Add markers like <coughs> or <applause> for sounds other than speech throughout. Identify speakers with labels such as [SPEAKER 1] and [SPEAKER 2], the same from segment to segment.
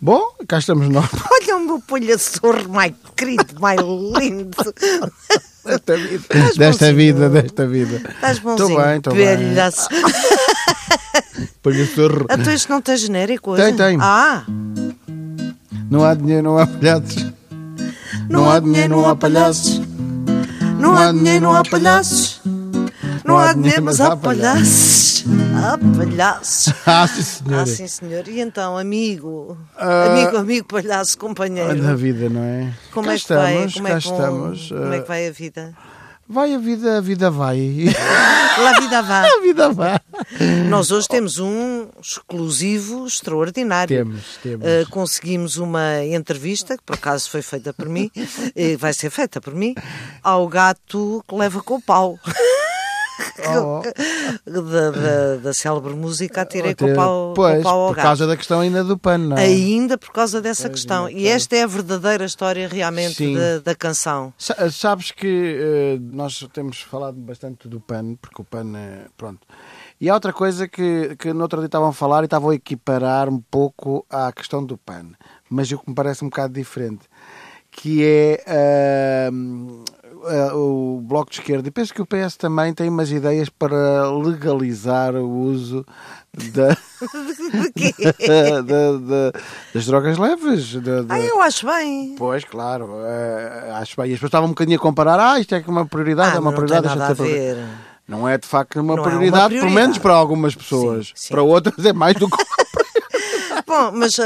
[SPEAKER 1] Bom, cá estamos nós.
[SPEAKER 2] Olha o meu palhaçorro mais querido, mais lindo.
[SPEAKER 1] <laughs> Desta vida, desta vida, desta vida.
[SPEAKER 2] Estás
[SPEAKER 1] Estou
[SPEAKER 2] bonzinho.
[SPEAKER 1] bem, estou bem.
[SPEAKER 2] palhaço.
[SPEAKER 1] Palhaçorro.
[SPEAKER 2] Então isto não está genérico hoje?
[SPEAKER 1] Tem, tem.
[SPEAKER 2] Ah,
[SPEAKER 1] Não há dinheiro, não há
[SPEAKER 2] <laughs>
[SPEAKER 1] palhaços.
[SPEAKER 2] não, há dinheiro, não há palhaços. Não há dinheiro, não há palhaços. Não há dinheiro, mas há palhaços. Há palhaços.
[SPEAKER 1] Ah, sim, senhora.
[SPEAKER 2] Ah, sim, senhor. E então, amigo?
[SPEAKER 1] Ah.
[SPEAKER 2] Amigo, amigo, palhaço,
[SPEAKER 1] Na
[SPEAKER 2] companheiro.
[SPEAKER 1] vida, não é?
[SPEAKER 2] Como
[SPEAKER 1] Cá
[SPEAKER 2] é que
[SPEAKER 1] estamos,
[SPEAKER 2] vai? Como é
[SPEAKER 1] cá
[SPEAKER 2] que, vão-
[SPEAKER 1] estamos.
[SPEAKER 2] como é que
[SPEAKER 1] vai?
[SPEAKER 2] vai a vida?
[SPEAKER 1] a vida, a vida vai. <laughs>
[SPEAKER 2] Lá vida vá.
[SPEAKER 1] a vida vai.
[SPEAKER 2] Nós hoje temos um exclusivo extraordinário.
[SPEAKER 1] Temos, temos.
[SPEAKER 2] Eh, conseguimos uma entrevista, que por acaso foi feita
[SPEAKER 1] <laughs>
[SPEAKER 2] por mim, e vai ser feita por mim, ao gato que leva com o pau.
[SPEAKER 1] <laughs> Oh,
[SPEAKER 2] da, da, da célebre música Atirei com o
[SPEAKER 1] ter-
[SPEAKER 2] pau, com
[SPEAKER 1] pois,
[SPEAKER 2] o pau ao
[SPEAKER 1] por
[SPEAKER 2] gato.
[SPEAKER 1] causa da questão ainda do pano, não é?
[SPEAKER 2] Ainda por causa dessa questão. E esta é a verdadeira história realmente
[SPEAKER 1] Sim.
[SPEAKER 2] da, da canção.
[SPEAKER 1] Sa- Sabes que eh, nós temos falado bastante do pano, porque o pano é. Pronto. E há outra coisa que, que no outro dia estavam a falar e estavam a equiparar um pouco à questão do pano, mas o que me parece um bocado diferente, que é ah, hum, ah, o Bloco de Esquerda. E penso que o PS também tem umas ideias para legalizar o uso da. <laughs> da- da- da- das drogas leves. da- da-
[SPEAKER 2] Ah, eu acho bem.
[SPEAKER 1] Pois, claro, eh, acho bem. E as pessoas estavam um bocadinho a comparar, ah, isto é que é uma prioridade,
[SPEAKER 2] Ah,
[SPEAKER 1] é uma
[SPEAKER 2] não
[SPEAKER 1] prioridade,
[SPEAKER 2] tem
[SPEAKER 1] deixa
[SPEAKER 2] nada
[SPEAKER 1] de ser
[SPEAKER 2] a
[SPEAKER 1] prioridade.
[SPEAKER 2] ver.
[SPEAKER 1] Não é de facto uma
[SPEAKER 2] Não é uma
[SPEAKER 1] prioridade, pelo menos
[SPEAKER 2] prioridade.
[SPEAKER 1] para algumas pessoas.
[SPEAKER 2] Sim, sim.
[SPEAKER 1] Para outras é mais
[SPEAKER 2] <laughs>
[SPEAKER 1] do que.
[SPEAKER 2] Bom, mas eh,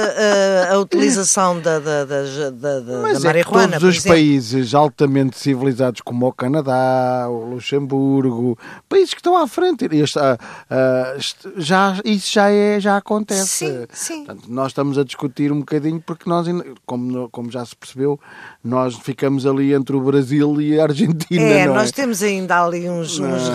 [SPEAKER 2] a, a- a utilização da, da, da, da, da-
[SPEAKER 1] Mas
[SPEAKER 2] da
[SPEAKER 1] é que
[SPEAKER 2] marihuana,
[SPEAKER 1] todos
[SPEAKER 2] por
[SPEAKER 1] os
[SPEAKER 2] exemplo.
[SPEAKER 1] países altamente civilizados, como o Canadá, o Luxemburgo, países que estão à frente, este, ah, ah, este- já, isso já, é, já acontece.
[SPEAKER 2] Sim, sim.
[SPEAKER 1] Portanto, nós estamos a discutir um bocadinho porque nós, ainda- como, no- como já se percebeu, nós ficamos ali entre o Brasil e a Argentina.
[SPEAKER 2] É,
[SPEAKER 1] não
[SPEAKER 2] nós
[SPEAKER 1] é?
[SPEAKER 2] temos ainda ali uns,
[SPEAKER 1] Não,
[SPEAKER 2] uns,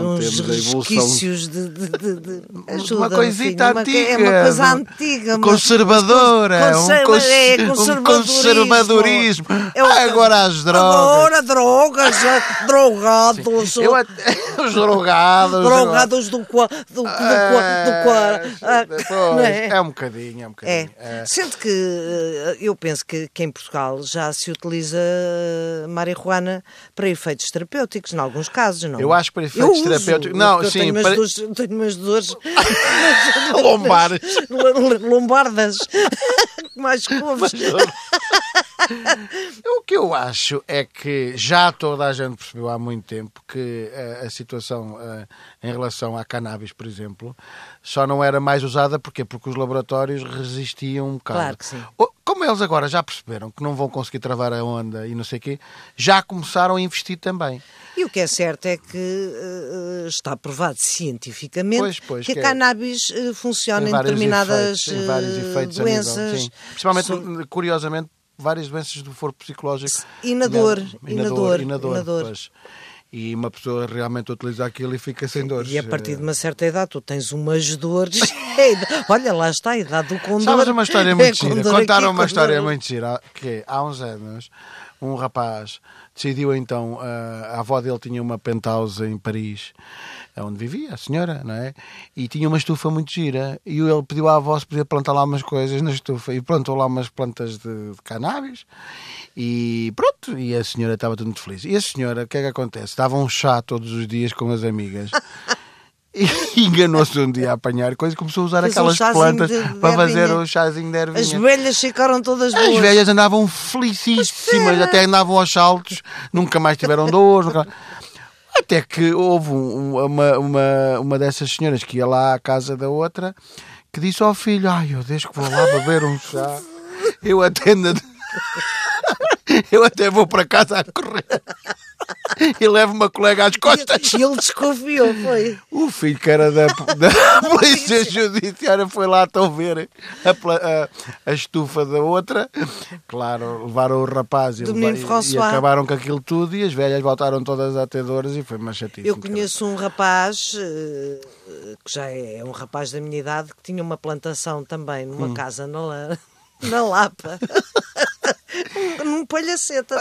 [SPEAKER 1] não
[SPEAKER 2] uns
[SPEAKER 1] temos a evolução.
[SPEAKER 2] resquícios de, de, de, de- ajuda-me,
[SPEAKER 1] uma coisita
[SPEAKER 2] filho, uma co-
[SPEAKER 1] antiga.
[SPEAKER 2] É uma coisa antiga. uma-
[SPEAKER 1] Conservadora.
[SPEAKER 2] conserva-
[SPEAKER 1] um, cons-
[SPEAKER 2] é,
[SPEAKER 1] um
[SPEAKER 2] conservadorismo.
[SPEAKER 1] conservadorismo. Ah,
[SPEAKER 2] É o-
[SPEAKER 1] Agora as drogas.
[SPEAKER 2] Agora drogas,
[SPEAKER 1] <laughs>
[SPEAKER 2] ah, drogados,
[SPEAKER 1] Eu até- <laughs> os drogados.
[SPEAKER 2] drogados do qua, do, do, qua, do qua, ah,
[SPEAKER 1] Pois,
[SPEAKER 2] não é?
[SPEAKER 1] é? um bocadinho, é um
[SPEAKER 2] É.
[SPEAKER 1] bocadinho. É.
[SPEAKER 2] Sendo que eh, eu penso que, que em Portugal já se utiliza eh, marihuana para efeitos terapêuticos, em alguns casos, não? é?
[SPEAKER 1] Eu acho que para efeitos
[SPEAKER 2] uso,
[SPEAKER 1] terapêuticos- não,
[SPEAKER 2] porque eu
[SPEAKER 1] sim,
[SPEAKER 2] Tenho umas
[SPEAKER 1] para-
[SPEAKER 2] dores, tenho
[SPEAKER 1] <laughs>
[SPEAKER 2] umas dores <laughs>
[SPEAKER 1] Lombares.
[SPEAKER 2] l- l- lombardas. <laughs> Mais couves.
[SPEAKER 1] <laughs> O que eu acho é que já toda a gente percebeu há muito tempo que eh, a situação eh, em relação à cannabis, por exemplo, só não era mais usada porquê? porque os laboratórios resistiam um bocado.
[SPEAKER 2] Claro que sim.
[SPEAKER 1] O- Como eles agora já perceberam que não vão conseguir travar a onda e não sei o quê, já começaram a investir também.
[SPEAKER 2] E o que é certo é que eh, está provado cientificamente
[SPEAKER 1] Pois, pois,
[SPEAKER 2] que,
[SPEAKER 1] que
[SPEAKER 2] a
[SPEAKER 1] é-
[SPEAKER 2] cannabis eh, funciona
[SPEAKER 1] Tem
[SPEAKER 2] em
[SPEAKER 1] vários
[SPEAKER 2] determinadas
[SPEAKER 1] efeitos, tem vários
[SPEAKER 2] eh,
[SPEAKER 1] efeitos a nível,
[SPEAKER 2] doenças.
[SPEAKER 1] sim. Principalmente,
[SPEAKER 2] So-
[SPEAKER 1] curiosamente, várias doenças do foro psicológico.
[SPEAKER 2] E na dor,
[SPEAKER 1] E
[SPEAKER 2] e
[SPEAKER 1] na
[SPEAKER 2] na
[SPEAKER 1] dor.
[SPEAKER 2] dor,
[SPEAKER 1] E na
[SPEAKER 2] e na
[SPEAKER 1] dor.
[SPEAKER 2] dor.
[SPEAKER 1] pois. E uma pessoa realmente utiliza aquilo e fica sem dores.
[SPEAKER 2] E a partir de uma
[SPEAKER 1] é.
[SPEAKER 2] certa idade, tu tens um umas dores. É, <laughs> Olha, lá está a idade do condor.
[SPEAKER 1] Sabes uma história
[SPEAKER 2] <laughs> É,
[SPEAKER 1] muito gira?
[SPEAKER 2] condor aqui,
[SPEAKER 1] Contaram uma
[SPEAKER 2] condor
[SPEAKER 1] história
[SPEAKER 2] ali.
[SPEAKER 1] muito gira que há uns anos um rapaz decidiu então, ah, a avó dele tinha uma penthouse em Paris, eh, onde vivia a senhora, não é? E tinha uma estufa muito gira e ele pediu à avó se podia plantar lá umas coisas na estufa e plantou lá umas plantas de, de cannabis e pronto, e a senhora estava tudo muito feliz. E a senhora, o que é que acontece? Dava um chá todos os dias com as amigas. E <laughs> enganou-se um dia a apanhar coisa e começou a usar
[SPEAKER 2] Fez um
[SPEAKER 1] aquelas
[SPEAKER 2] chazinho
[SPEAKER 1] plantas
[SPEAKER 2] de- de
[SPEAKER 1] para fazer
[SPEAKER 2] ervinha.
[SPEAKER 1] o chazinho de ervinha.
[SPEAKER 2] As velhas ficaram todas
[SPEAKER 1] As
[SPEAKER 2] boas.
[SPEAKER 1] velhas andavam felicíssimas, até andavam aos saltos, nunca mais tiveram dores. nunca- Até que houve um- um- uma, uma, uma dessas senhoras que ia lá à casa da outra que disse ao filho: Ai, eu desde que vou lá beber um chá, eu atendo. <laughs> Eu até vou para casa a correr e levo uma colega às costas.
[SPEAKER 2] E ele
[SPEAKER 1] <laughs>
[SPEAKER 2] desconfiou, foi.
[SPEAKER 1] O filho que era da, <laughs> da polícia judiciária foi lá então ver a, pla- a- a estufa da outra. Claro, levaram o rapaz e,
[SPEAKER 2] Do menino
[SPEAKER 1] leva- e- e
[SPEAKER 2] François.
[SPEAKER 1] acabaram com aquilo tudo e as velhas voltaram todas a ter dores e foi uma chatice.
[SPEAKER 2] Eu conheço um rapaz, eh, que já é um rapaz da minha idade, que tinha uma plantação também
[SPEAKER 1] Hum.
[SPEAKER 2] numa casa na, La- <laughs> na Lapa. <laughs> Um- Num palhaceta.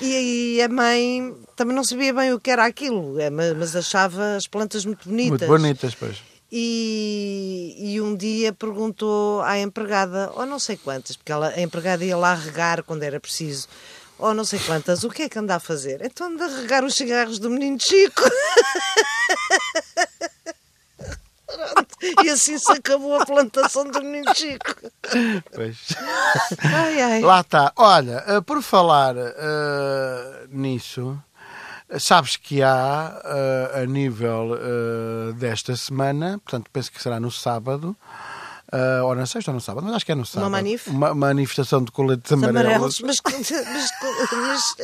[SPEAKER 2] E aí a mãe é, também não sabia bem o que era aquilo, eh, ma- mas achava as plantas muito bonitas.
[SPEAKER 1] Muito bonitas, pois.
[SPEAKER 2] E- E, e um dia perguntou à empregada, ou não sei quantas, porque ela, a empregada ia lá regar quando era preciso, ou não sei quantas, o que é que anda a fazer? Então anda a regar os cigarros do menino Chico. <laughs> Pronto. E assim se acabou a plantação do menino Chico.
[SPEAKER 1] Pois.
[SPEAKER 2] Ai, ai.
[SPEAKER 1] Lá está. Olha, eh, por falar eh, nisso, eh, sabes que há, eh, a nível eh, desta semana, portanto, penso que será no sábado, eh, ou na sexta ou no sábado, mas acho que é no sábado.
[SPEAKER 2] manif?
[SPEAKER 1] Uma manifestação de coletes
[SPEAKER 2] amarelos,
[SPEAKER 1] amarelos.
[SPEAKER 2] mas, mas, mas,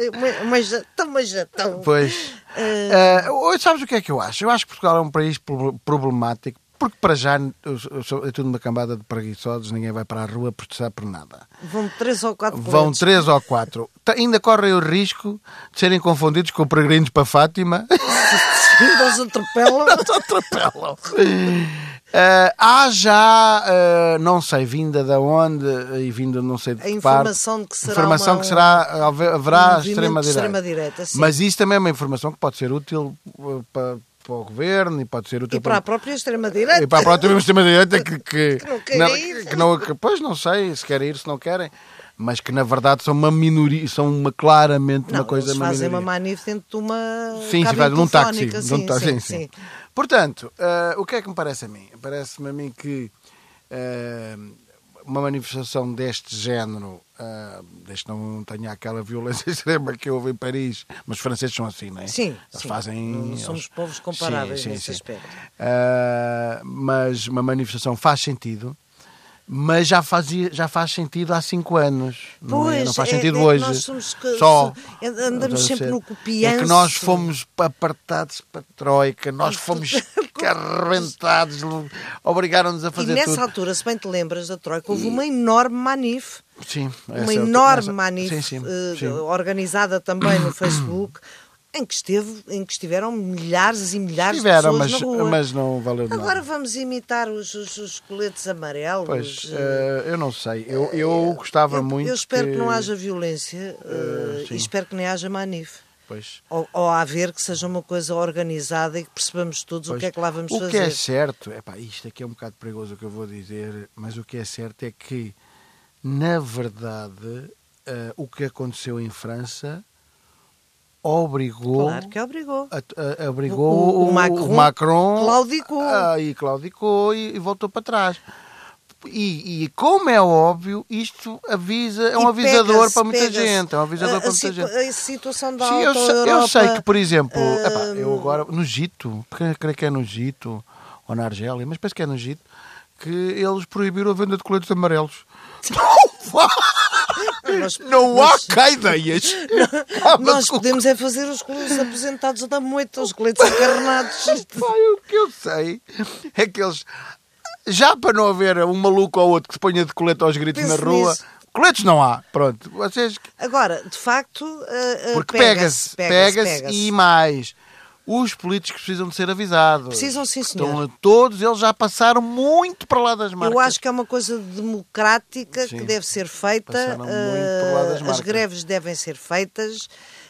[SPEAKER 2] mas, mas tão, mas já tão.
[SPEAKER 1] Pois. Eh, hoje sabes o que é que eu acho? Eu acho que Portugal é um país pro- problemático. Porque para já os- os- é tudo uma cambada de preguiçosos, ninguém vai para a rua protestar por nada.
[SPEAKER 2] Vão três ou quatro
[SPEAKER 1] Vão
[SPEAKER 2] coletes.
[SPEAKER 1] três ou quatro. Ta- Ainda correm o risco de serem confundidos com peregrinos para Fátima. <laughs>
[SPEAKER 2] Eles atropelam.
[SPEAKER 1] Eles atropelam. Eh, há já, eh, não sei, vinda de onde eh, e vinda não sei de
[SPEAKER 2] A
[SPEAKER 1] que
[SPEAKER 2] informação
[SPEAKER 1] parte,
[SPEAKER 2] de que será
[SPEAKER 1] informação
[SPEAKER 2] uma-
[SPEAKER 1] que será, haver-
[SPEAKER 2] um
[SPEAKER 1] haverá
[SPEAKER 2] movimento de
[SPEAKER 1] extrema-direita.
[SPEAKER 2] extrema-direita, sim.
[SPEAKER 1] Mas isso também é uma informação que pode ser útil eh, para, para o governo e pode ser útil
[SPEAKER 2] E para a própria extrema-direita.
[SPEAKER 1] e para a
[SPEAKER 2] <laughs>
[SPEAKER 1] próxima extrema-direita que, que,
[SPEAKER 2] Que não quer
[SPEAKER 1] na-
[SPEAKER 2] ir.
[SPEAKER 1] que não- que- pois não sei se querem ir, se não querem, mas que na verdade são uma minoria, são uma, claramente
[SPEAKER 2] Não,
[SPEAKER 1] uma coisa
[SPEAKER 2] eles
[SPEAKER 1] uma
[SPEAKER 2] fazem
[SPEAKER 1] minoria.
[SPEAKER 2] uma manif dentro de uma.
[SPEAKER 1] Sim, se
[SPEAKER 2] cabine
[SPEAKER 1] faz num táxi.
[SPEAKER 2] telefónica,
[SPEAKER 1] num táxi,
[SPEAKER 2] sim,
[SPEAKER 1] sim,
[SPEAKER 2] sim.
[SPEAKER 1] sim. Portanto, eh, o que é que me parece a mim? Parece-me a mim que eh, uma manifestação deste género, eh, desde que não tenha aquela violência <laughs> extrema que houve em Paris, mas os franceses são assim, não é?
[SPEAKER 2] Sim,
[SPEAKER 1] Eles
[SPEAKER 2] sim.
[SPEAKER 1] fazem.
[SPEAKER 2] Não
[SPEAKER 1] eles-
[SPEAKER 2] somos povos comparáveis nesse aspecto.
[SPEAKER 1] Eh, mas uma manifestação faz sentido. Mas já, fazia, já faz sentido há cinco anos. não é?
[SPEAKER 2] Pois,
[SPEAKER 1] não faz
[SPEAKER 2] é-
[SPEAKER 1] sentido
[SPEAKER 2] é que
[SPEAKER 1] hoje.
[SPEAKER 2] nós somos que-
[SPEAKER 1] Só.
[SPEAKER 2] andamos sempre no
[SPEAKER 1] É que nós
[SPEAKER 2] copianço.
[SPEAKER 1] fomos fomos apartados para a Troika, nós fomos arrebentados, obrigaram-nos a
[SPEAKER 2] E
[SPEAKER 1] fazer
[SPEAKER 2] nessa
[SPEAKER 1] tudo.
[SPEAKER 2] altura, se bem te lembras da Troika, houve uma enorme manif.
[SPEAKER 1] Sim,
[SPEAKER 2] Uma
[SPEAKER 1] essa-
[SPEAKER 2] enorme
[SPEAKER 1] essa-
[SPEAKER 2] manif
[SPEAKER 1] Sim, sim,
[SPEAKER 2] eh,
[SPEAKER 1] sim.
[SPEAKER 2] organizada
[SPEAKER 1] <coughs>
[SPEAKER 2] também no Facebook, em que, esteve, em que estiveram milhares e milhares
[SPEAKER 1] Tiveram,
[SPEAKER 2] de
[SPEAKER 1] mas,
[SPEAKER 2] pessoas na rua.
[SPEAKER 1] mas não valeu nada.
[SPEAKER 2] Agora vamos imitar os, os, os coletes amarelos.
[SPEAKER 1] pois,
[SPEAKER 2] eh,
[SPEAKER 1] eh, eu não sei, eu, eu gostava
[SPEAKER 2] eu,
[SPEAKER 1] muito.
[SPEAKER 2] Eu espero que, não haja violência eh,
[SPEAKER 1] sim.
[SPEAKER 2] e espero que nem haja manif.
[SPEAKER 1] Pois.
[SPEAKER 2] Ou, ou a haver que seja uma coisa organizada e que percebamos todos o
[SPEAKER 1] Pois.
[SPEAKER 2] que é que lá vamos
[SPEAKER 1] o
[SPEAKER 2] fazer.
[SPEAKER 1] que é certo, epá, isto aqui é um bocado perigoso o que eu vou dizer, mas o que é certo é que, na verdade, eh, o que aconteceu em França obrigou
[SPEAKER 2] Claro que obrigou.
[SPEAKER 1] a- a- eh, abrigou
[SPEAKER 2] O- o-
[SPEAKER 1] o,
[SPEAKER 2] o Macron
[SPEAKER 1] Macron
[SPEAKER 2] claudicou.
[SPEAKER 1] ah, e claudicou e, e voltou para trás. E, e como é óbvio, isto avisa, é um
[SPEAKER 2] E
[SPEAKER 1] avisador
[SPEAKER 2] pega-se,
[SPEAKER 1] para muita
[SPEAKER 2] pega-se.
[SPEAKER 1] gente. É um avisador
[SPEAKER 2] A- a
[SPEAKER 1] para muita
[SPEAKER 2] situ-
[SPEAKER 1] gente.
[SPEAKER 2] A situação da
[SPEAKER 1] Sim, eu,
[SPEAKER 2] alta
[SPEAKER 1] sei- eu
[SPEAKER 2] Europa,
[SPEAKER 1] sei que, por exemplo,
[SPEAKER 2] hum,
[SPEAKER 1] epá, eu agora, no Egito, porque creio que é no Egito ou na Argélia, mas penso que é no Egito, que eles proibiram a venda de coletes amarelos. Não,
[SPEAKER 2] nós-
[SPEAKER 1] há
[SPEAKER 2] nós-
[SPEAKER 1] cá
[SPEAKER 2] <laughs>
[SPEAKER 1] ideias. Acaba
[SPEAKER 2] Nós
[SPEAKER 1] com-
[SPEAKER 2] podemos é fazer os coletes aposentados da moita, os coletes
[SPEAKER 1] <laughs>
[SPEAKER 2] encarnados.
[SPEAKER 1] Pai, o que eu sei é que eles. Já para não haver um maluco ou outro que se ponha de colete aos gritos
[SPEAKER 2] Pense
[SPEAKER 1] na rua,
[SPEAKER 2] nisso.
[SPEAKER 1] coletes não há. Pronto, vocês.
[SPEAKER 2] Agora, de facto, eh, eh,
[SPEAKER 1] Porque pega-se, pega-se,
[SPEAKER 2] pega-se.
[SPEAKER 1] e mais. Os políticos precisam de ser avisados.
[SPEAKER 2] Precisam, sim,
[SPEAKER 1] Estão
[SPEAKER 2] senhor.
[SPEAKER 1] a- todos eles já passaram muito para lá das marcas.
[SPEAKER 2] Eu acho que é uma coisa democrática
[SPEAKER 1] Sim.
[SPEAKER 2] que deve ser feita.
[SPEAKER 1] Passaram muito
[SPEAKER 2] eh,
[SPEAKER 1] por lá das
[SPEAKER 2] as
[SPEAKER 1] marcas.
[SPEAKER 2] greves devem ser feitas,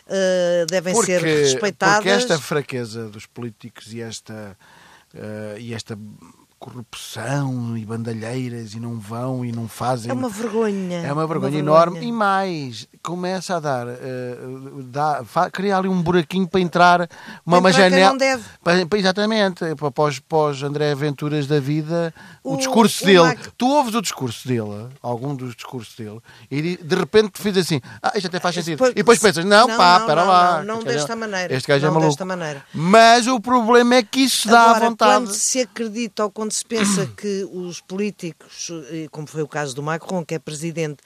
[SPEAKER 2] eh, devem
[SPEAKER 1] porque,
[SPEAKER 2] ser respeitadas.
[SPEAKER 1] Porque esta fraqueza dos políticos e esta, eh, e esta corrupção e bandalheiras e não vão e não fazem.
[SPEAKER 2] É uma vergonha.
[SPEAKER 1] É uma vergonha enorme e mais, começa a dar, eh, dá, fa- cria ali um buraquinho para entrar uma, uma
[SPEAKER 2] entrar um quem
[SPEAKER 1] janela.
[SPEAKER 2] não deve.
[SPEAKER 1] Para, para- exatamente, eh, para, para, os, para os André Aventuras da vida, o,
[SPEAKER 2] O-
[SPEAKER 1] discurso
[SPEAKER 2] o
[SPEAKER 1] dele.
[SPEAKER 2] Mac-
[SPEAKER 1] Tu ouves o discurso dele, algum dos discursos dele, e di- de repente tu fiz assim, ah, isto até faz sentido.
[SPEAKER 2] Depois-
[SPEAKER 1] e depois pensas, não,
[SPEAKER 2] Não,
[SPEAKER 1] pá,
[SPEAKER 2] não,
[SPEAKER 1] pera
[SPEAKER 2] não,
[SPEAKER 1] lá.
[SPEAKER 2] não, não
[SPEAKER 1] este gajo é-
[SPEAKER 2] desta maneira,
[SPEAKER 1] Este gajo é
[SPEAKER 2] não
[SPEAKER 1] maluco.
[SPEAKER 2] desta maneira.
[SPEAKER 1] Mas o problema é que isso dá
[SPEAKER 2] Agora,
[SPEAKER 1] à vontade.
[SPEAKER 2] quando se acredita ou quando se pensa que os políticos, eh, como foi o caso do Macron, que é presidente,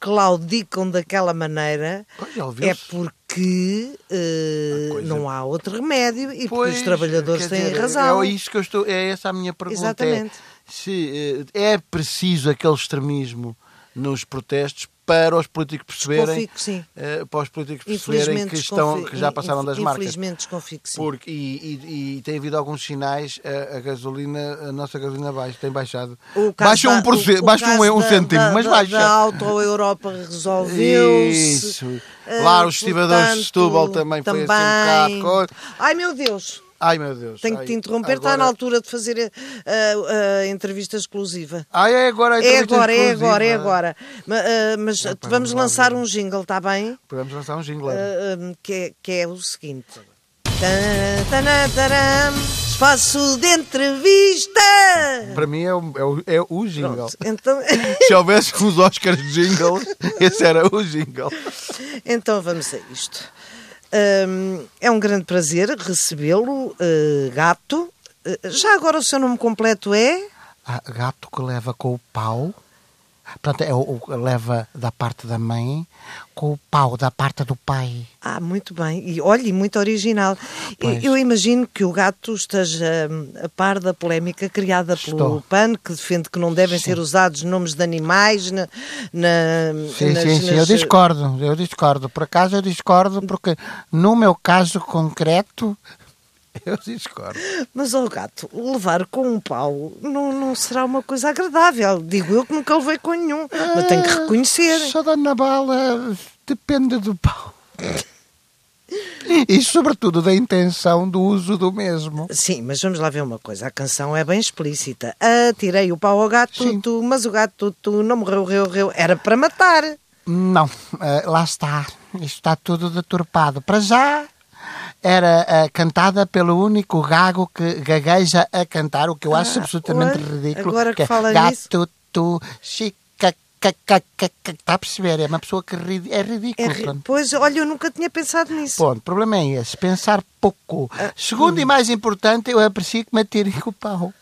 [SPEAKER 2] claudicam daquela maneira,
[SPEAKER 1] Olha, ouviu-se.
[SPEAKER 2] é porque eh,
[SPEAKER 1] A coisa-
[SPEAKER 2] não há outro remédio
[SPEAKER 1] Pois,
[SPEAKER 2] e porque os trabalhadores
[SPEAKER 1] quer
[SPEAKER 2] têm
[SPEAKER 1] dizer,
[SPEAKER 2] razão.
[SPEAKER 1] É isso que eu estou, é essa a minha pergunta.
[SPEAKER 2] Exatamente.
[SPEAKER 1] É, se eh, é preciso aquele extremismo nos protestos para os políticos perceberem,
[SPEAKER 2] Desconfio que sim.
[SPEAKER 1] eh, para os políticos perceberem
[SPEAKER 2] Infelizmente,
[SPEAKER 1] que estão,
[SPEAKER 2] desconfio-
[SPEAKER 1] que já passaram das marcas.
[SPEAKER 2] Infelizmente, desconfio que sim.
[SPEAKER 1] Porque, e, e- e tem havido alguns sinais, a, a gasolina, a nossa gasolina baixa, tem baixado.
[SPEAKER 2] O caso
[SPEAKER 1] Baixa
[SPEAKER 2] da-
[SPEAKER 1] um, por cento-
[SPEAKER 2] o- o
[SPEAKER 1] baixa um,
[SPEAKER 2] caso
[SPEAKER 1] um
[SPEAKER 2] da-
[SPEAKER 1] cêntimo,
[SPEAKER 2] da-
[SPEAKER 1] mas
[SPEAKER 2] da-
[SPEAKER 1] baixa.
[SPEAKER 2] Da Auto Europa resolveu-se.
[SPEAKER 1] Isso.
[SPEAKER 2] Eh,
[SPEAKER 1] Lá os estivadores de
[SPEAKER 2] portanto,
[SPEAKER 1] Setúbal também foi assim um bocado coisa.
[SPEAKER 2] Ai meu Deus!
[SPEAKER 1] Ai, meu Deus.
[SPEAKER 2] Tenho
[SPEAKER 1] ai,
[SPEAKER 2] que te interromper, está
[SPEAKER 1] agora- é-
[SPEAKER 2] na altura de fazer a- a- a entrevista exclusiva.
[SPEAKER 1] Ai, é agora a
[SPEAKER 2] É
[SPEAKER 1] entrevista
[SPEAKER 2] agora, é
[SPEAKER 1] exclusiva. É
[SPEAKER 2] agora, é agora. Ma- ah, Mas te
[SPEAKER 1] pá,
[SPEAKER 2] vamos
[SPEAKER 1] vamos lá
[SPEAKER 2] lançar
[SPEAKER 1] ver.
[SPEAKER 2] um jingle, está bem?
[SPEAKER 1] Podemos lançar um jingle.
[SPEAKER 2] Ah, ah, que, é, que é o seguinte. Tará, tará, tará, Espaço de entrevista!
[SPEAKER 1] Para mim é o, é o, é o jingle.
[SPEAKER 2] Pronto, então, <laughs>
[SPEAKER 1] <laughs> Se houvesse uns Oscars de jingle, esse era o jingle.
[SPEAKER 2] então vamos a isto. Hum, é um grande prazer recebê-lo, eh, gato. Eh, já agora o seu nome completo é?
[SPEAKER 1] Ah, gato que leva com o pau. Portanto, é o, o- leva da parte da mãe com o pau da parte do pai.
[SPEAKER 2] Ah, muito bem. E olhe, muito original. E
[SPEAKER 1] Pois.
[SPEAKER 2] Eu imagino que o gato esteja hum, a par da polémica criada pelo
[SPEAKER 1] Estou.
[SPEAKER 2] PAN, que defende que não devem ser usados nomes de animais na, na-
[SPEAKER 1] Sim,
[SPEAKER 2] nas-
[SPEAKER 1] sim, sim. Eu
[SPEAKER 2] nas-
[SPEAKER 1] discordo, eu discordo. Por acaso eu discordo porque no meu caso concreto <laughs> eu discordo.
[SPEAKER 2] Mas ao gato, levar com um pau não, não será uma coisa agradável. Digo eu que nunca levei com nenhum, mas tenho que
[SPEAKER 1] Ah,
[SPEAKER 2] reconhecer.
[SPEAKER 1] Só dar na bala depende do pau. <laughs> E sobretudo da intenção do uso do mesmo.
[SPEAKER 2] Sim, mas vamos lá ver uma coisa. A canção é bem explícita. Atirei o pau ao gato,
[SPEAKER 1] Sim.
[SPEAKER 2] tu, mas o gato, tu, não morreu, reu, reu. Era para matar.
[SPEAKER 1] Não, eh, lá está. Isto está tudo deturpado. Para já era eh, cantada pelo único gago que gagueja a cantar, o que eu acho
[SPEAKER 2] Ah,
[SPEAKER 1] absolutamente
[SPEAKER 2] olha,
[SPEAKER 1] ridículo.
[SPEAKER 2] agora que fala
[SPEAKER 1] gato,
[SPEAKER 2] nisso.
[SPEAKER 1] tu, chica, ca, ca, ca, ca. Está a perceber? É uma pessoa que ri- é
[SPEAKER 2] É
[SPEAKER 1] ridícula.
[SPEAKER 2] ri-
[SPEAKER 1] pronto.
[SPEAKER 2] pois, olha, eu nunca tinha pensado nisso.
[SPEAKER 1] Ponto. O problema é esse. Pensar pouco.
[SPEAKER 2] Ah, hum.
[SPEAKER 1] Segundo e mais importante, eu aprecio que me atirem com o pau.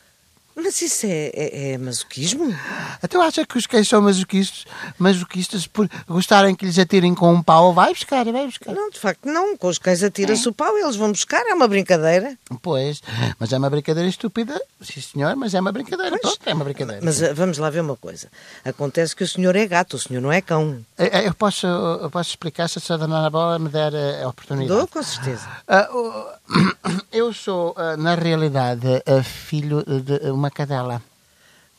[SPEAKER 2] Mas isso é, é- é masoquismo?
[SPEAKER 1] Então acha que os gays são masoquistas, masoquistas por gostarem que lhes atirem com um pau? Vai buscar, vai buscar.
[SPEAKER 2] Não, de facto, não. Com os cães atira-se o pau, eles vão buscar, é uma brincadeira.
[SPEAKER 1] Pois, mas é uma brincadeira estúpida, sim senhor, mas é uma brincadeira.
[SPEAKER 2] Pois.
[SPEAKER 1] Pronto, é uma brincadeira.
[SPEAKER 2] Mas ah, vamos lá ver uma coisa. Acontece que o senhor é gato, o senhor não é cão.
[SPEAKER 1] Eh, eh, Eu posso, eu posso explicar se a senhora Ana Bola me der eh, a oportunidade.
[SPEAKER 2] Dou, com certeza.
[SPEAKER 1] Ah, o- <coughs> eu sou, ah, na realidade, ah, filho de uma cadela.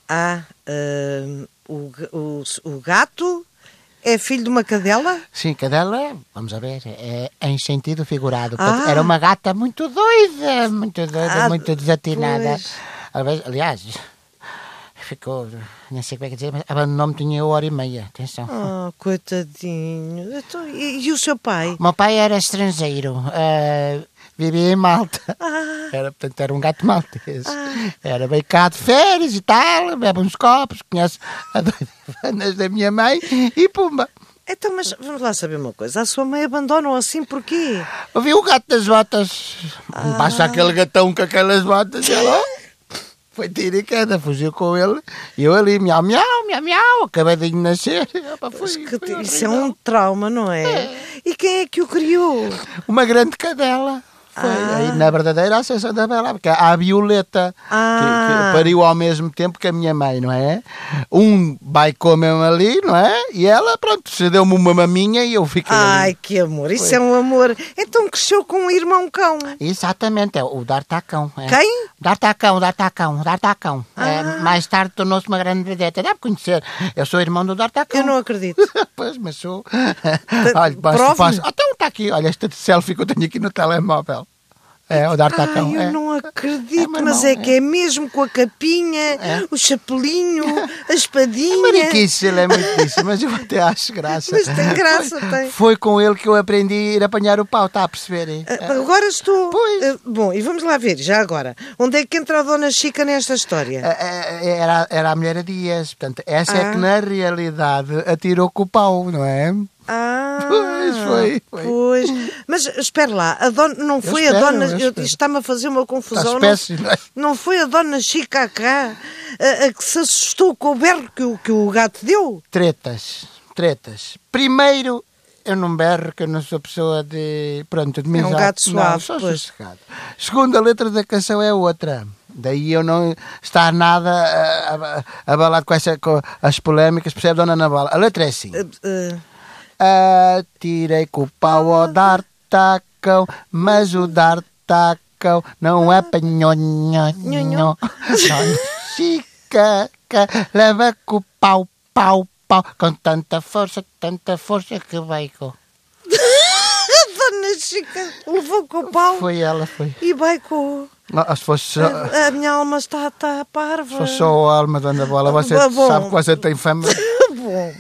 [SPEAKER 2] Ah, ah, o, ga- o, o gato é filho de uma cadela?
[SPEAKER 1] Sim, cadela, vamos a ver, é em sentido figurado. Portanto,
[SPEAKER 2] Ah.
[SPEAKER 1] Era uma gata muito doida, muito doida,
[SPEAKER 2] Ah,
[SPEAKER 1] muito desatinada.
[SPEAKER 2] pois.
[SPEAKER 1] Às vezes, Aliás, ficou, não sei como é que dizer, mas abandonou-me tinha hora e meia, atenção.
[SPEAKER 2] Ah, coitadinho. Então, e, e o seu pai?
[SPEAKER 1] O meu pai era estrangeiro, eh, vivia em Malta.
[SPEAKER 2] Ah,
[SPEAKER 1] Era, portanto, era um gato maltês. Era bem cá de férias e tal, bebe uns copos, conhece a <laughs> doidas da minha mãe e pumba.
[SPEAKER 2] então, mas vamos lá saber uma coisa. A sua mãe abandonou assim porquê?
[SPEAKER 1] Ouviu o gato das botas?
[SPEAKER 2] Ah.
[SPEAKER 1] Baixa aquele gatão com aquelas botas, e
[SPEAKER 2] <laughs>
[SPEAKER 1] ela oh, foi tiro e queda, fugiu com ele. E eu ali, miau, miau, miau, miau, acabei de nascer. Opa, foi-
[SPEAKER 2] Pois que
[SPEAKER 1] foi
[SPEAKER 2] te- isso é
[SPEAKER 1] horrível.
[SPEAKER 2] um trauma, não é? E quem é que o criou?
[SPEAKER 1] Uma grande cadela. Foi
[SPEAKER 2] Ah.
[SPEAKER 1] aí, na verdadeira ascensão da Bela, porque há a Violeta, que- que,
[SPEAKER 2] Ah.
[SPEAKER 1] pariu ao mesmo tempo que a minha mãe, não é? Um baicou mesmo ali, não é? E ela, pronto, se deu-me uma maminha e eu fiquei ali.
[SPEAKER 2] Ai, que amor, isso é um amor. Então cresceu com um irmão cão.
[SPEAKER 1] Exatamente, é o dar tacão. É.
[SPEAKER 2] Quem? Ah.
[SPEAKER 1] Dar tacão, dar tacão, dar tacão. É, mais tarde tornou-se uma grande vedeta. Deve conhecer. Eu sou irmão do dar tacão.
[SPEAKER 2] Eu não acredito.
[SPEAKER 1] <laughs> pois, mas sou. olha, posso,
[SPEAKER 2] prove-me.
[SPEAKER 1] posso. Então está aqui, olha, esta selfie que eu tenho aqui no telemóvel. É, o dar tacão.
[SPEAKER 2] Ai,
[SPEAKER 1] é.
[SPEAKER 2] eu não
[SPEAKER 1] É,
[SPEAKER 2] acredito,
[SPEAKER 1] meu
[SPEAKER 2] mas
[SPEAKER 1] irmão,
[SPEAKER 2] é que é mesmo com a capinha,
[SPEAKER 1] <laughs>
[SPEAKER 2] o chapelinho, a
[SPEAKER 1] É
[SPEAKER 2] espadinha.
[SPEAKER 1] mariquice,
[SPEAKER 2] <laughs>
[SPEAKER 1] ele é mariquice, mas eu até acho graça.
[SPEAKER 2] Mas tem graça, tem.
[SPEAKER 1] Foi com ele que eu aprendi a ir apanhar o pau, está a perceber?
[SPEAKER 2] Ah, Agora estou.
[SPEAKER 1] Pois.
[SPEAKER 2] Ah, Bom, e vamos lá ver, já agora. Onde é que entra a Dona Chica nesta história?
[SPEAKER 1] É, é, Era, era a mulher a dias, portanto, essa é
[SPEAKER 2] Ah.
[SPEAKER 1] que na realidade atirou com o pau, não é?
[SPEAKER 2] Ah,
[SPEAKER 1] Pois, foi, foi.
[SPEAKER 2] Pois. Mas espera lá, a dona, não foi
[SPEAKER 1] espero,
[SPEAKER 2] a dona.
[SPEAKER 1] eu
[SPEAKER 2] eu- Isto
[SPEAKER 1] espero.
[SPEAKER 2] está-me a fazer uma confusão.
[SPEAKER 1] Está espécie, não é?
[SPEAKER 2] não foi a dona Chica cá a, a que se assustou com o berro que, o- que o gato deu?
[SPEAKER 1] Tretas, tretas. Primeiro, eu não berro, que eu não sou pessoa de. Pronto, de
[SPEAKER 2] um
[SPEAKER 1] amizade.
[SPEAKER 2] gato
[SPEAKER 1] Não,
[SPEAKER 2] suave,
[SPEAKER 1] sou
[SPEAKER 2] pois.
[SPEAKER 1] sossegado. Segundo, a letra da canção é outra. Daí eu não estar nada ah, aba- abalado com, essa, com as polémicas, percebe, Dona Anabala? A letra é assim.
[SPEAKER 2] Ah, ah,
[SPEAKER 1] Atirei com o pau ao dar tacão, mas o dar tacão não é apanhou nhonho. Chica, ca- leva com o pau, pau, pau, com tanta força, tanta força que vai com.
[SPEAKER 2] a dona a Chica levou com o pau
[SPEAKER 3] Foi ela, foi.
[SPEAKER 2] e baico.
[SPEAKER 3] Não, se fosse só, se
[SPEAKER 2] A, a minha alma está, está parva.
[SPEAKER 3] fosse só a alma da Ana Bola, você
[SPEAKER 2] Tá bom.
[SPEAKER 3] sabe que você tem fama.
[SPEAKER 2] <laughs> Bom,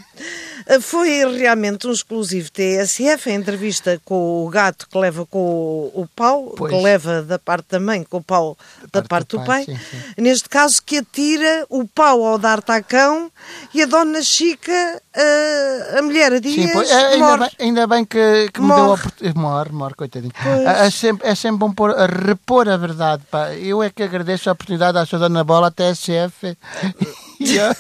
[SPEAKER 2] foi realmente um exclusivo TSF, a entrevista com o gato que leva com o, o pau,
[SPEAKER 3] Pois.
[SPEAKER 2] que leva da parte da mãe com o pau da, parte, do pai,
[SPEAKER 3] sim, sim.
[SPEAKER 2] neste caso que atira o pau ao dar tacão e a dona Chica, eh, a, a mulher a dias,
[SPEAKER 3] Sim, pois, é, ainda,
[SPEAKER 2] morre.
[SPEAKER 3] bem, ainda bem que, que me deu a
[SPEAKER 2] Morre.
[SPEAKER 3] oportunidade. Morre, morre, coitadinho.
[SPEAKER 2] Pois.
[SPEAKER 3] É, é sempre, é sempre bom pôr, a repor a verdade. Pá. Eu é que agradeço a oportunidade à sua Ana Bola, até chefe. <laughs> E, ah,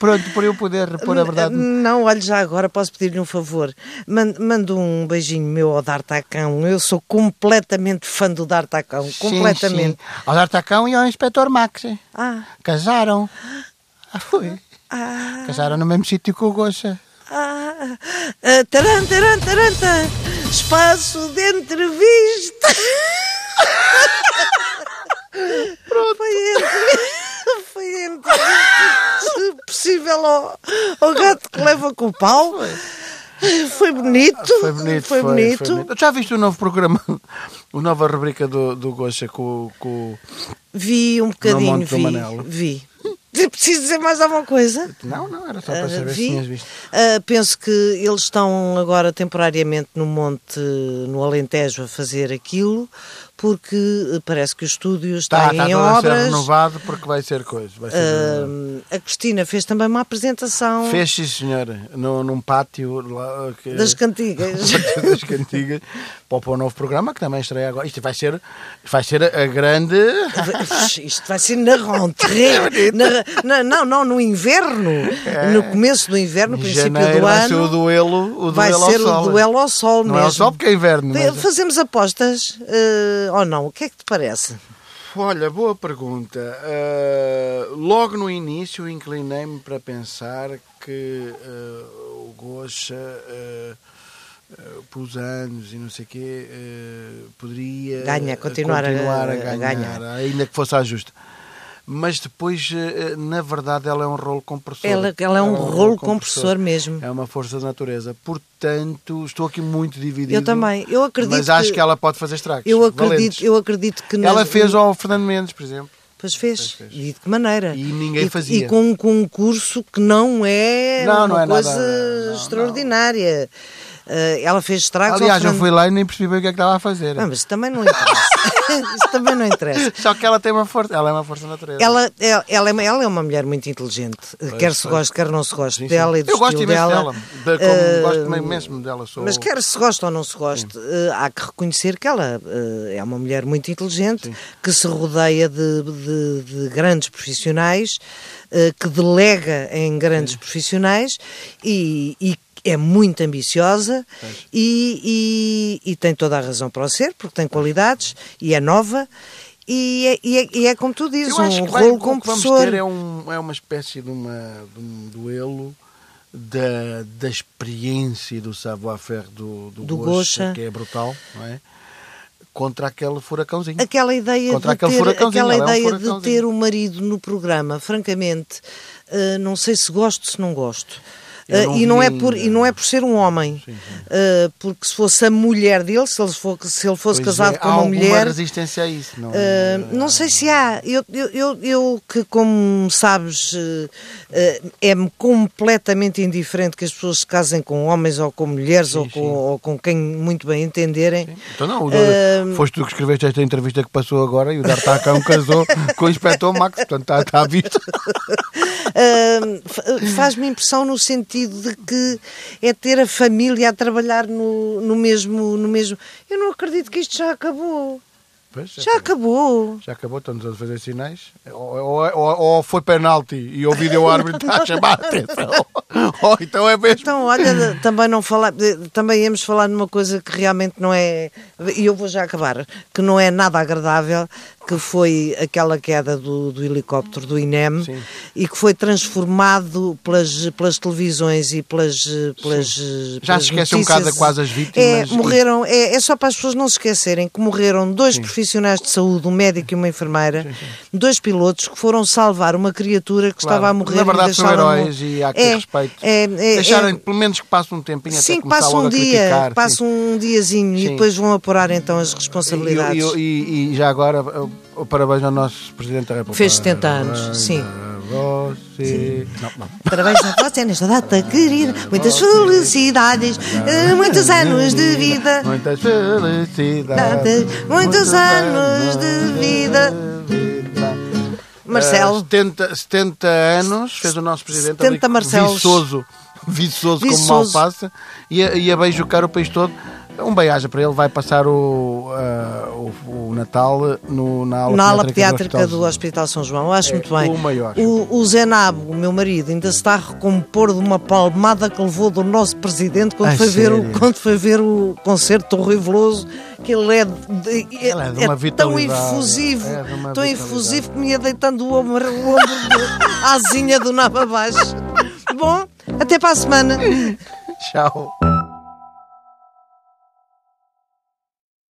[SPEAKER 3] Pronto, por eu poder repor a verdade.
[SPEAKER 2] Eh, Não, olha, já agora posso pedir-lhe um favor. Man- Mando um beijinho meu ao D'Artacão. Eu sou completamente fã do D'Artacão.
[SPEAKER 3] Sim,
[SPEAKER 2] Completamente.
[SPEAKER 3] sim. Ao D'Artacão e ao Inspetor Max. eh.
[SPEAKER 2] Ah,
[SPEAKER 3] Casaram. Ah, foi.
[SPEAKER 2] ah.
[SPEAKER 3] Casaram no mesmo sítio que o Gocha.
[SPEAKER 2] Ah, ah, taran, taran, taran, taran. Espaço de entrevista. Pronto. Foi a entre- <laughs> foi a entrevista possível ao, ao gato que leva com o pau. Foi bonito.
[SPEAKER 1] Foi bonito.
[SPEAKER 2] Foi bonito.
[SPEAKER 1] bonito. Já viste o
[SPEAKER 3] <laughs>
[SPEAKER 1] novo programa, o nova rubrica do, do Gocha com, com.
[SPEAKER 2] Vi um
[SPEAKER 1] Não
[SPEAKER 2] bocadinho,
[SPEAKER 1] montes o
[SPEAKER 2] vi.
[SPEAKER 1] Manelo.
[SPEAKER 2] Vi. Preciso dizer mais alguma coisa?
[SPEAKER 3] Não, não, era só
[SPEAKER 2] Ah,
[SPEAKER 3] para saber se
[SPEAKER 2] vi.
[SPEAKER 3] tinhas visto.
[SPEAKER 2] Ah, penso que eles estão agora temporariamente no Monte, no Alentejo, a fazer aquilo, porque eh, parece que o estúdio está,
[SPEAKER 1] Tá,
[SPEAKER 3] Está, está
[SPEAKER 2] em
[SPEAKER 3] tudo a ser
[SPEAKER 2] obras.
[SPEAKER 3] renovado porque vai ser coisa. Vai ser
[SPEAKER 2] Ah, a Cristina fez também uma apresentação
[SPEAKER 1] Fez, sim, senhora, no, num pátio lá. que-
[SPEAKER 2] das cantigas.
[SPEAKER 1] <laughs>
[SPEAKER 2] <laughs>
[SPEAKER 1] das cantigas para o- para o novo programa que também estreia agora. Isto vai ser, vai ser a grande.
[SPEAKER 2] Isto vai ser na
[SPEAKER 1] É
[SPEAKER 2] rentrée. na- na- não, não, no inverno. No começo do inverno,
[SPEAKER 1] Em
[SPEAKER 2] princípio
[SPEAKER 1] janeiro
[SPEAKER 2] do
[SPEAKER 1] vai
[SPEAKER 2] ano.
[SPEAKER 1] ser o duelo, o
[SPEAKER 2] vai
[SPEAKER 1] duelo
[SPEAKER 2] ser
[SPEAKER 1] ao sol. né?
[SPEAKER 2] o duelo ao sol
[SPEAKER 1] Não
[SPEAKER 2] mesmo.
[SPEAKER 1] é ao sol porque é inverno.
[SPEAKER 2] Te-
[SPEAKER 1] Mas...
[SPEAKER 2] Fazemos apostas eh, ou não? O que é que te parece?
[SPEAKER 1] Olha, boa pergunta. Ah, logo no início inclinei-me para pensar que ah, o Gocha, ah, ah, pelos anos e não sei o quê, ah, poderia
[SPEAKER 2] Ganha, continuar a-
[SPEAKER 1] continuar
[SPEAKER 2] a ganhar.
[SPEAKER 1] ainda que fosse à justa. Mas depois, ah, ah, na verdade, ela é um rolo compressor.
[SPEAKER 2] Ela, ela é um rolo compressor mesmo.
[SPEAKER 1] É uma força da natureza. Portanto, estou aqui muito dividido.
[SPEAKER 2] Eu também. Eu acredito
[SPEAKER 1] Mas acho que,
[SPEAKER 2] que-
[SPEAKER 1] ela pode fazer estragos.
[SPEAKER 2] Eu
[SPEAKER 1] valentes.
[SPEAKER 2] acredito, eu acredito que nas-
[SPEAKER 1] Ela fez ao Fernando Mendes, por exemplo.
[SPEAKER 2] Pois fez. E de que maneira?
[SPEAKER 1] E ninguém fazia.
[SPEAKER 2] E com um concurso que não é
[SPEAKER 1] Não,
[SPEAKER 2] uma
[SPEAKER 1] não é nada-
[SPEAKER 2] coisa
[SPEAKER 1] não, não.
[SPEAKER 2] extraordinária. Eh, ela fez estragos. ao
[SPEAKER 3] Aliás, eu
[SPEAKER 2] Fernando-
[SPEAKER 3] fui lá e nem percebi bem o que é que estava a fazer.
[SPEAKER 2] Ah, mas isso também não interessa. <laughs> isso também não interessa.
[SPEAKER 3] Só que ela tem uma força. Ela é uma força natureza.
[SPEAKER 2] Ela, ela, ela é uma, ela é uma mulher muito inteligente. quer se goste, quer não se goste é dela e do
[SPEAKER 3] eu gosto
[SPEAKER 2] estilo
[SPEAKER 3] imenso dela.
[SPEAKER 2] dela.
[SPEAKER 3] Da- como
[SPEAKER 2] Eh,
[SPEAKER 3] gosto imenso dela. Sou...
[SPEAKER 2] Mas quer se goste ou não se goste, eh, há que reconhecer que ela eh, é uma mulher muito inteligente, que se rodeia de, de- de grandes profissionais, eh, que delega em grandes profissionais e, e é muito ambiciosa e, e- e tem toda a razão para o ser, porque tem qualidades e é nova. E é, e é- e é como tu dizes,
[SPEAKER 1] Eu acho
[SPEAKER 2] um
[SPEAKER 1] que vai,
[SPEAKER 2] rolo
[SPEAKER 1] o que vamos ter
[SPEAKER 2] compressor.
[SPEAKER 1] é, um- é uma espécie de, uma- de um duelo da, da experiência e do savoir-faire do, do,
[SPEAKER 2] Do
[SPEAKER 1] Gocha,
[SPEAKER 2] Gocha.
[SPEAKER 1] que é brutal, não é? Contra aquele furacãozinho.
[SPEAKER 2] aquela ideia
[SPEAKER 1] Contra
[SPEAKER 2] de
[SPEAKER 1] aquele
[SPEAKER 2] ter,
[SPEAKER 1] furacãozinho, ela
[SPEAKER 2] aquela
[SPEAKER 1] é um
[SPEAKER 2] ideia de
[SPEAKER 1] furacãozinho.
[SPEAKER 2] ter o marido no programa, francamente, eh, não sei se gosto, se não gosto.
[SPEAKER 1] Eu
[SPEAKER 2] Eh,
[SPEAKER 1] não
[SPEAKER 2] e, não
[SPEAKER 1] vi
[SPEAKER 2] é por,
[SPEAKER 1] ainda.
[SPEAKER 2] e não é por ser um homem, Eh, porque se fosse a mulher dele, se ele, for- se ele fosse
[SPEAKER 1] Pois
[SPEAKER 2] casado
[SPEAKER 1] é,
[SPEAKER 2] com
[SPEAKER 1] há
[SPEAKER 2] uma
[SPEAKER 1] alguma
[SPEAKER 2] mulher,
[SPEAKER 1] resistência a isso, não
[SPEAKER 2] eh, não sei se há. Eu, eu, eu, eu que, como sabes, eh, eh, é-me completamente indiferente que as pessoas se casem com homens ou com mulheres ou, com, ou com quem muito bem entenderem.
[SPEAKER 3] Então não, o-
[SPEAKER 2] Ahm.
[SPEAKER 3] foste tu que escreveste esta entrevista que passou agora e o D'Artacão casou com o Inspetor Max, portanto está está à vista.
[SPEAKER 2] Ahm, fa- faz-me impressão no sentido de que é ter a família a trabalhar no, no, mesmo, no mesmo. Eu não acredito que isto já acabou.
[SPEAKER 3] Pois, já
[SPEAKER 2] Já acabou.
[SPEAKER 3] Já acabou, estão-nos a fazer sinais. Ou, ou- ou- ou foi penalti e o
[SPEAKER 1] um
[SPEAKER 3] vídeo árbitro está a chamar a atenção.
[SPEAKER 2] <laughs>
[SPEAKER 3] Ou então é mesmo.
[SPEAKER 2] Então, olha, também não falar, também íamos falar numa coisa que realmente não é, e eu vou já acabar, que não é nada agradável, que foi aquela queda do, do helicóptero do INEM e que foi transformado pelas, pelas televisões e pelas. pelas
[SPEAKER 1] Já
[SPEAKER 2] pelas
[SPEAKER 1] se esquece um
[SPEAKER 2] notícias.
[SPEAKER 1] bocado quase as
[SPEAKER 2] É,
[SPEAKER 1] vítimas.
[SPEAKER 2] morreram, é, é só para as pessoas não se esquecerem que morreram dois profissionais de saúde, um médico e uma enfermeira, dois pilotos que foram salvar uma criatura que
[SPEAKER 1] Claro.
[SPEAKER 2] estava a morrer.
[SPEAKER 1] Na
[SPEAKER 2] e
[SPEAKER 1] verdade, são
[SPEAKER 2] deixaram-
[SPEAKER 1] heróis e há que ter
[SPEAKER 2] É,
[SPEAKER 1] respeito.
[SPEAKER 2] é, é,
[SPEAKER 1] Deixarem,
[SPEAKER 2] é-
[SPEAKER 1] pelo menos que passe um tempinho até
[SPEAKER 2] Sim,
[SPEAKER 1] começar
[SPEAKER 2] passa
[SPEAKER 1] logo
[SPEAKER 2] um
[SPEAKER 1] a
[SPEAKER 2] dia,
[SPEAKER 1] criticar.
[SPEAKER 2] passa um diazinho
[SPEAKER 1] Sim.
[SPEAKER 2] e depois vão apurar então as
[SPEAKER 1] E,
[SPEAKER 2] responsabilidades.
[SPEAKER 1] e- e- e já agora, eu- eu parabéns ao nosso Presidente da República.
[SPEAKER 2] Fez 70 anos, sim.
[SPEAKER 1] Parabéns a Você. Não, não.
[SPEAKER 2] Parabéns a você nesta data querida, muitas
[SPEAKER 1] Oh,
[SPEAKER 2] felicidades, eh, muitos anos de vida,
[SPEAKER 1] Muitas felicidades.
[SPEAKER 2] Muitos anos de vida.
[SPEAKER 1] Eh,
[SPEAKER 2] Marcelo.
[SPEAKER 1] 70, 70 anos fez o nosso presidente
[SPEAKER 2] 70
[SPEAKER 1] ali,
[SPEAKER 2] Marcelos.
[SPEAKER 1] viçoso, viçoso, como mal
[SPEAKER 2] Viçoso.
[SPEAKER 1] passa e a, e a beijocar o país todo um beijo para ele, vai passar o, ah, o, o Natal no, na aula
[SPEAKER 2] Na ala
[SPEAKER 1] pediátrica
[SPEAKER 2] pediátrica do
[SPEAKER 1] Hospital É
[SPEAKER 2] Hospital São João, eu acho muito bem.
[SPEAKER 1] o maior.
[SPEAKER 2] O, o Zé Nabo, o meu marido, ainda se está a recompor de uma palmada que levou do nosso presidente quando,
[SPEAKER 1] A
[SPEAKER 2] foi ver, o,
[SPEAKER 1] Ah, sério?
[SPEAKER 2] quando foi ver o concerto do Rui Veloso, que ele é, de- é-
[SPEAKER 1] Ela é de uma
[SPEAKER 2] é tão
[SPEAKER 1] vitalidade,
[SPEAKER 2] efusivo,
[SPEAKER 1] é de uma
[SPEAKER 2] tão
[SPEAKER 1] vitalidade.
[SPEAKER 2] efusivo que me ia deitando o ombro, o ombro a asinha do nabo abaixo. Bom, até para a semana.
[SPEAKER 1] <laughs> Tchau